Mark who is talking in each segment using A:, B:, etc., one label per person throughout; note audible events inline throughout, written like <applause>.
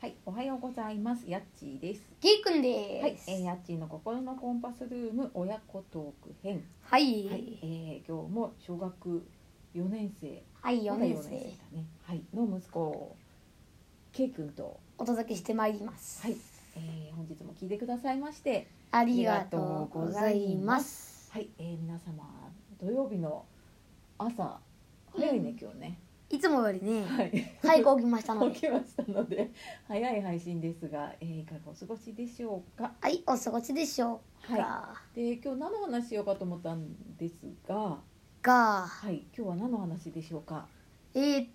A: はい、おはようございます。やっちーです。
B: ゲイくん
A: はい
B: で、す。
A: えー、やっちーの心のコンパスルーム親子トーク編。
B: はい。は
A: はい
B: い、、
A: えー、今日も小学四年生。
B: 4年
A: まだ四だ
B: 生
A: ね。はい、の息子。けいくんと、
B: お届けしてまいります。
A: はい、えー、本日も聞いてくださいまして。
B: ありがとうございます。
A: はい、えー、皆様、土曜日の朝。早いね、今日ね。
B: いつもよりね、
A: はい。
B: 早く起きましたの
A: <laughs> 起
B: で、
A: きましたので、早い配信ですが、えー、いかがお過ごしでしょうか。
B: はい、お過ごしでしょうか。
A: はで今日何の話しようかと思ったんですが、
B: が、
A: はい、今日は何の話でしょうか。
B: えっ、ー、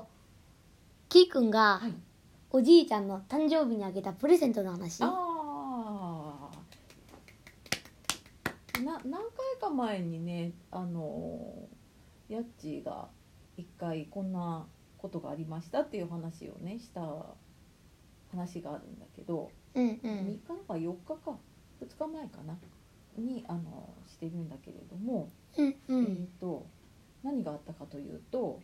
B: と、ゲイくんが
A: はい、
B: おじいちゃんの誕生日にあげたプレゼントの話。
A: ああ、な何回か前にね、あのヤッチーが一回こんなことがありましたっていう話をねした話があるんだけど、
B: うんう
A: 3
B: ん
A: 日。か4日か2日前かなにあのしてるんだけれども、
B: うんう
A: えー
B: ん。
A: と何があったかというと。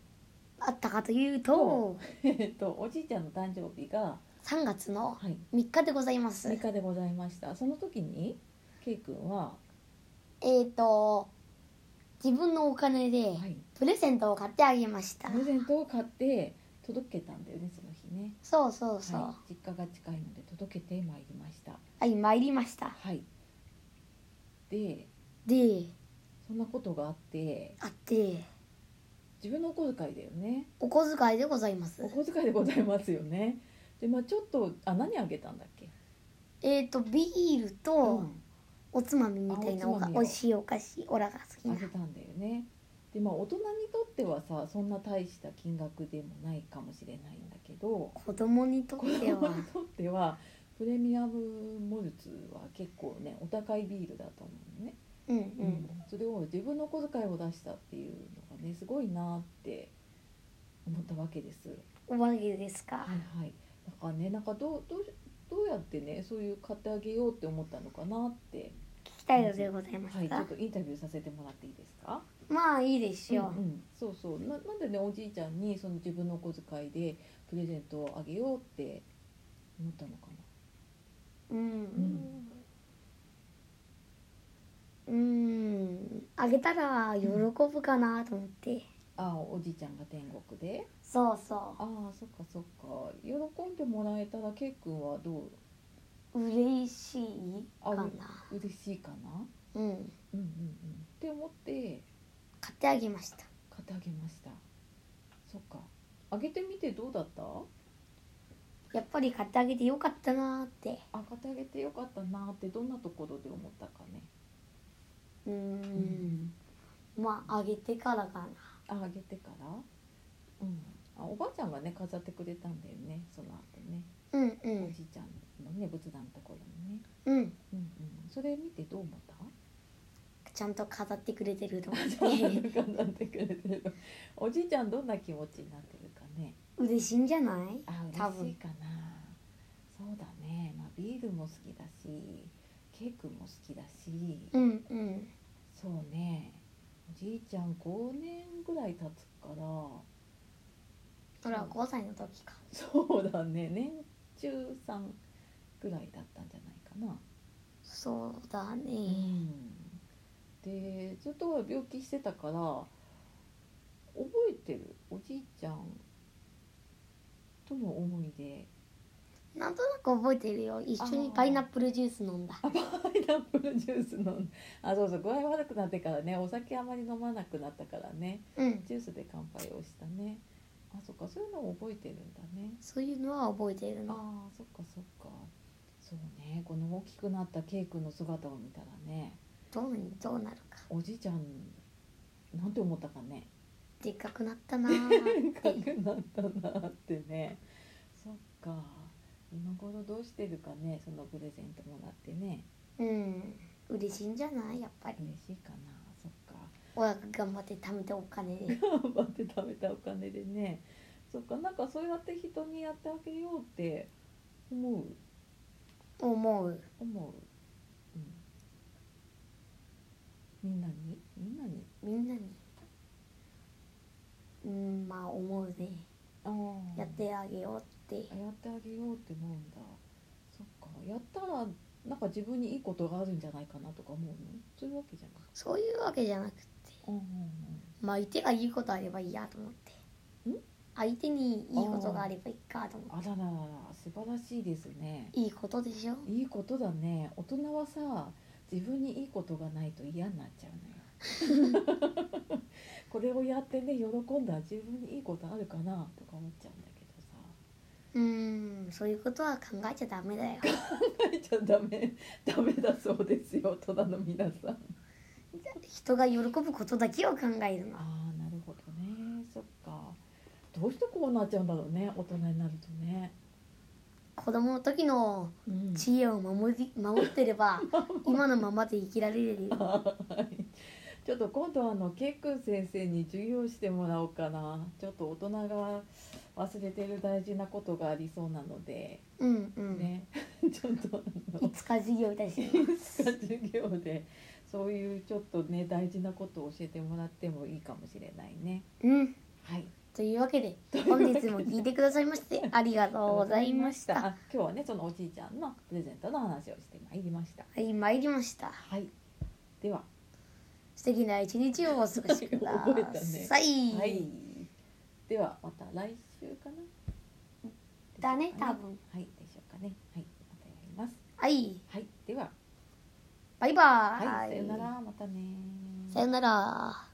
B: あったかというと、
A: えっと、おじいちゃんの誕生日が、
B: 3月の
A: はい、
B: 3日でございます。
A: 3日でございましたその時にケイ君は、
B: えっ、ー、と、自分のお金で、
A: はい、
B: プレゼントを買ってあげました
A: プレゼントを買って届けたんだよねその日ね、
B: そうそうそう
A: は、
B: はい
A: 実家が近いので届けてまいりました
B: い、参りました
A: はいで
B: で
A: そんなことがあって
B: あって
A: 自分のお小遣いだよね
B: お小遣いでございます
A: お小遣いでございますよねでまあちょっとあ何あげたんだっけ
B: えっ、とビール
A: う
B: と
A: ん
B: おつまみみたいな
A: あ
B: お
A: おつま
B: が
A: みを
B: 美味しいお菓子オラが好き
A: あ
B: な
A: げたんだよねでまあ大人にとってはさそんな大した金額でもないかもしれないんだけど
B: 子供にとっ
A: 子 <laughs>
B: て
A: 供
B: <laughs> は
A: にとってはプレミアムモルツは結構ねお高いビールだと思うのね、
B: うんう
A: うんそれを自分の小遣いを出したっていうのがねすごいなって思ったわけです。
B: おばげですか
A: はいはい、だからねなんかどうどうどうやってねそういう買ってあげようって思ったのかなって、
B: 聞きたいのでございま
A: は
B: し
A: い、ち
B: た、
A: ょっとインタビューさせてもらっていいですか
B: まあいいですよ
A: うんうんそうそうななんでねおじいちゃんにその自分のお小遣いでプレゼントをあげようって思ったのかな
B: うんんうん、あげたら喜ぶかなと思って、
A: ああおじいちゃんが天国で
B: そうそ
A: ああそっかそっか喜んでもらえたらけいくんはど
B: う嬉しいかな
A: う嬉しいかな
B: うん
A: うんうんうんって思って
B: 買ってあげました
A: 買ってあげましたそっかあげてみてどうだった
B: やっぱり買ってあげてよかったなーって
A: あ買ってあげてよかったなーってどんなところで思ったかね
B: うー
A: うん
B: まああげてからかな
A: ああげてからうんあおばあちゃんがね飾ってくれたんだよねその後ね、
B: うんう
A: お
B: ん
A: じいちゃんのね仏壇のところにね
B: うん
A: うんうんそれ見てどう思った <laughs>
B: ちゃんと飾ってくれてると思
A: そうな
B: って
A: のかなってくれてるのおじいちゃんどんな気持ちになってるかね
B: <laughs> 嬉しいんじゃない
A: あ
B: 多分
A: 嬉しいかなそうだねまあビールも好きだしケーキも好きだし、
B: うんうん
A: そうねおじいちゃん5年ぐらい経つから
B: それは5歳の時か
A: そうだね年中さんぐらいだったんじゃないかな
B: そうだ
A: う
B: ね
A: んでずっと病気してたから覚えてるおじいちゃんとの思い出
B: なんとなく覚えてるよ一緒にパイナップルジュース飲んだ
A: パイナップルジュース飲んであそうそう具合悪くなってからねお酒あまり飲まなくなったからね
B: うん
A: ジュースで乾杯をしたねあそっかそういうのを覚えてるんだね
B: そういうのは覚えてるの
A: あーそっかそっかそうねこの大きくなったケイ君の姿を見たらね
B: どうどうなるか
A: おじいちゃんなんて思ったか <laughs> ね
B: でっかくなったなー
A: 変化くなったなってねそっか今頃どうしてるかねそのプレゼントもらってね
B: うん嬉しいんじゃないやっぱり
A: 嬉しいかなそっか
B: 親が頑張って貯めたお金で
A: 頑張って貯めたお金でねそっかなんかそうやって人にやってあげようって思う
B: 思う
A: 思う、うん、みんなにみんなに
B: みんなにうんまあ思うね
A: あー
B: やってあげようって
A: あやってあげようって思うんだそっかやったらなんか自分にいいことがあるんじゃないかなとか思うのそういうわけじゃない
B: そういうわけじゃなくて
A: うんうん
B: まあ相手がいいことあればいいやと思って
A: ん
B: 相手にいいことがあればいいかと思って
A: あらららら素晴らしいですね
B: いいことでしょ
A: いいことだね大人はさ自分にいいことがないと嫌になっちゃうのよ <laughs> これをやってね喜んだら自分にいいことあるかなとか思っちゃうんだけどさ
B: うーんそういうことは考えちゃダメだよ <laughs>
A: 考え <laughs> ちゃダメダメだそうですよ大人の皆さん
B: 人が喜ぶことだけを考えるの
A: ああなるほどねそっかどうしてこうなっちゃうんだろうね大人になるとね、
B: 子供の時の
A: うん
B: 知恵を守り守ってれば今のままで生きられるよ
A: <laughs> はいちょっと今度あのケイくん先生に授業してもらおうかなちょっと大人が忘れてる大事なことがありそうなので、
B: うんうん、
A: ね <laughs> ちょっとあ
B: い
A: の
B: つか授業いたし
A: いつか授業でそういうちょっとね大事なことを教えてもらってもいいかもしれないね
B: うん
A: はい
B: <laughs> というわけで本日も聞いてくださいましてありがとうございましたは
A: あ今日はねそのおじいちゃんのプレゼントの話をしてまいりました
B: い参りました
A: はい。では、
B: 素敵な一日をお過ごしくだ
A: 覚えたね
B: さい、
A: はい。では、また来週かな。
B: だね
A: でしょうか
B: 多分。
A: はい、でしょうかね。はい、またやります。
B: はい、
A: はい、では、
B: バイバーイ、
A: はい、さよなら、またね。
B: さよなら